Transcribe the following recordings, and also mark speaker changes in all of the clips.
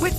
Speaker 1: With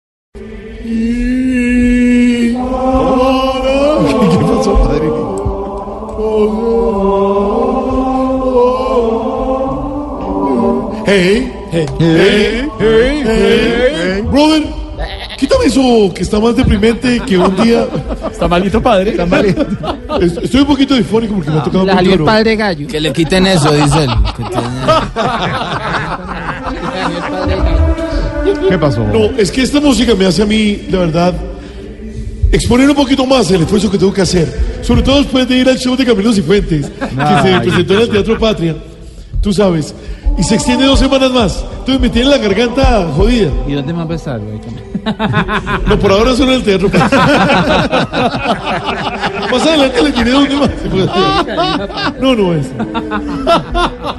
Speaker 2: Hey, hey, hey, hey, hey. brother, quítame eso que está más deprimente que un día.
Speaker 3: Está malito padre. Está malito.
Speaker 2: Es- Estoy un poquito difónico porque me ha tocado
Speaker 4: Le
Speaker 2: muy
Speaker 4: salió el
Speaker 2: duro.
Speaker 4: padre gallo.
Speaker 5: Que le quiten eso, dice él. Que tiene-
Speaker 3: ¿Qué pasó?
Speaker 2: No, es que esta música me hace a mí, de verdad, exponer un poquito más el esfuerzo que tengo que hacer. Sobre todo después de ir al show de Camilo Cifuentes, que se
Speaker 3: Ay.
Speaker 2: presentó en el Teatro Patria, tú sabes, y se extiende dos semanas más. Entonces me tiene la garganta jodida.
Speaker 4: ¿Y dónde más va a estar, güey?
Speaker 2: No, por ahora solo en el Teatro Patria. más adelante le diré dónde más. se puede hacer. No, no es.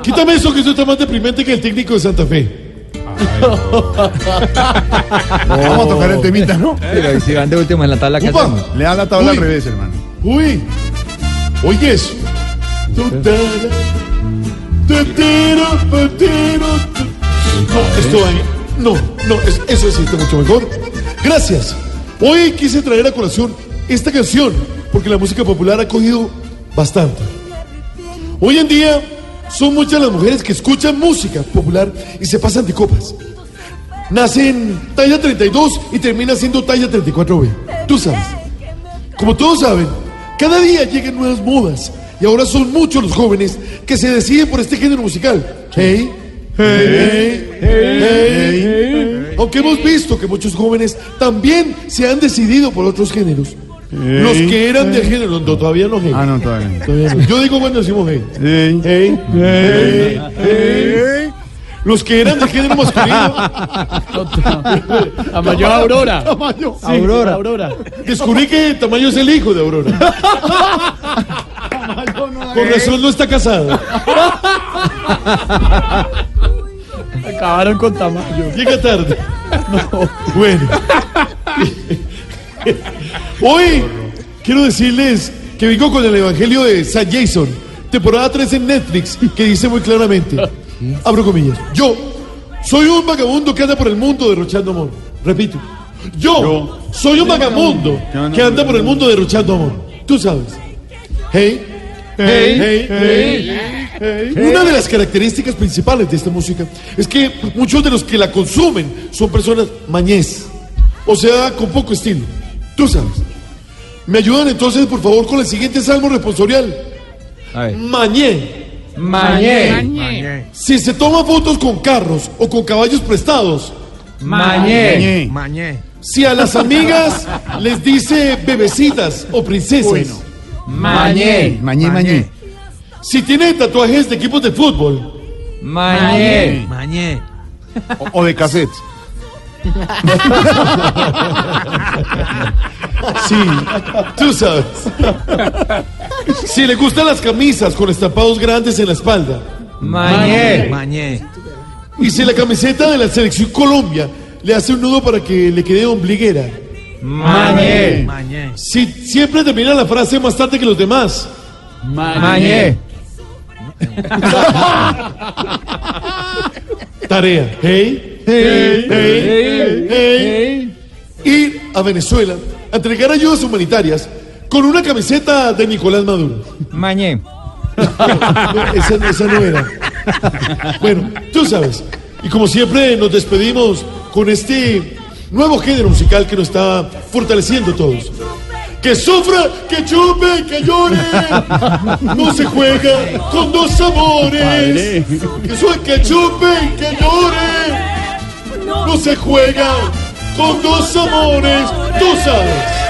Speaker 2: Quítame eso que eso está más deprimente que el técnico de Santa Fe.
Speaker 6: Vamos a tocar el temita, ¿no?
Speaker 3: Pero si van de último en la tabla, ¿qué
Speaker 2: Upa.
Speaker 3: hacemos?
Speaker 6: Le dan la tabla
Speaker 2: Uy.
Speaker 6: al revés, hermano.
Speaker 2: Uy, oye eso. Tutara, tutero, tutero, tu- No, esto ahí. No, no, es- eso sí está mucho mejor. Gracias. Hoy quise traer a colación esta canción porque la música popular ha cogido bastante. Hoy en día son muchas las mujeres que escuchan música popular y se pasan de copas. Nacen talla 32 y terminan siendo talla 34B. Tú sabes. Como todos saben, cada día llegan nuevas modas y ahora son muchos los jóvenes que se deciden por este género musical. Hey, hey, hey, Aunque hemos visto que muchos jóvenes también se han decidido por otros géneros. Los que eran del género, no, todavía no hey.
Speaker 6: Ah, no, todavía no.
Speaker 2: Todavía no. Yo digo cuando decimos hey.
Speaker 6: Ey,
Speaker 2: Hey, hey, hey. Los que eran del género masculino.
Speaker 3: Amayo Aurora.
Speaker 2: Tamayo.
Speaker 3: Aurora. Aurora.
Speaker 2: Descubrí que Tamayo es el hijo de Aurora. Con razón no está casado.
Speaker 3: Acabaron con Tamayo.
Speaker 2: Llega tarde. Bueno. Hoy quiero decirles que vengo con el Evangelio de San Jason, temporada 3 en Netflix, que dice muy claramente, abro comillas, yo soy un vagabundo que anda por el mundo derrochando amor. Repito, yo soy un vagabundo que anda por el mundo derrochando amor. Tú sabes. Hey, hey, hey, hey. Una de las características principales de esta música es que muchos de los que la consumen son personas mañez, o sea, con poco estilo. Tú sabes. ¿Me ayudan entonces, por favor, con el siguiente salmo responsorial?
Speaker 3: A ver.
Speaker 2: Mañé.
Speaker 3: Mañé.
Speaker 2: Si se toma fotos con carros o con caballos prestados,
Speaker 3: Mañé.
Speaker 6: Ñe.
Speaker 2: si a las amigas les dice bebecitas o princesas,
Speaker 3: Mañé.
Speaker 6: Mañé, mañé.
Speaker 2: si tiene tatuajes de equipos de fútbol,
Speaker 3: Mañé.
Speaker 6: O, o de cassette.
Speaker 2: sí, tú sabes. Si le gustan las camisas con estampados grandes en la espalda,
Speaker 3: Mañé.
Speaker 2: Y si la camiseta de la selección Colombia le hace un nudo para que le quede ombliguera.
Speaker 3: Mañé.
Speaker 2: Si siempre termina la frase más tarde que los demás.
Speaker 3: Mañé.
Speaker 2: Tarea. Hey, hey, hey, hey. Ir a Venezuela a entregar ayudas humanitarias con una camiseta de Nicolás Maduro.
Speaker 3: Mañé.
Speaker 2: No, esa, no- esa no era. Bueno, tú sabes. Y como siempre nos despedimos con este nuevo género musical que nos está fortaleciendo todos. Que sufra, que chupe, que llore. No se juega con dos sabores. Que sue, que chupe, que llore. No se juega con dos sabores. Tú sabes.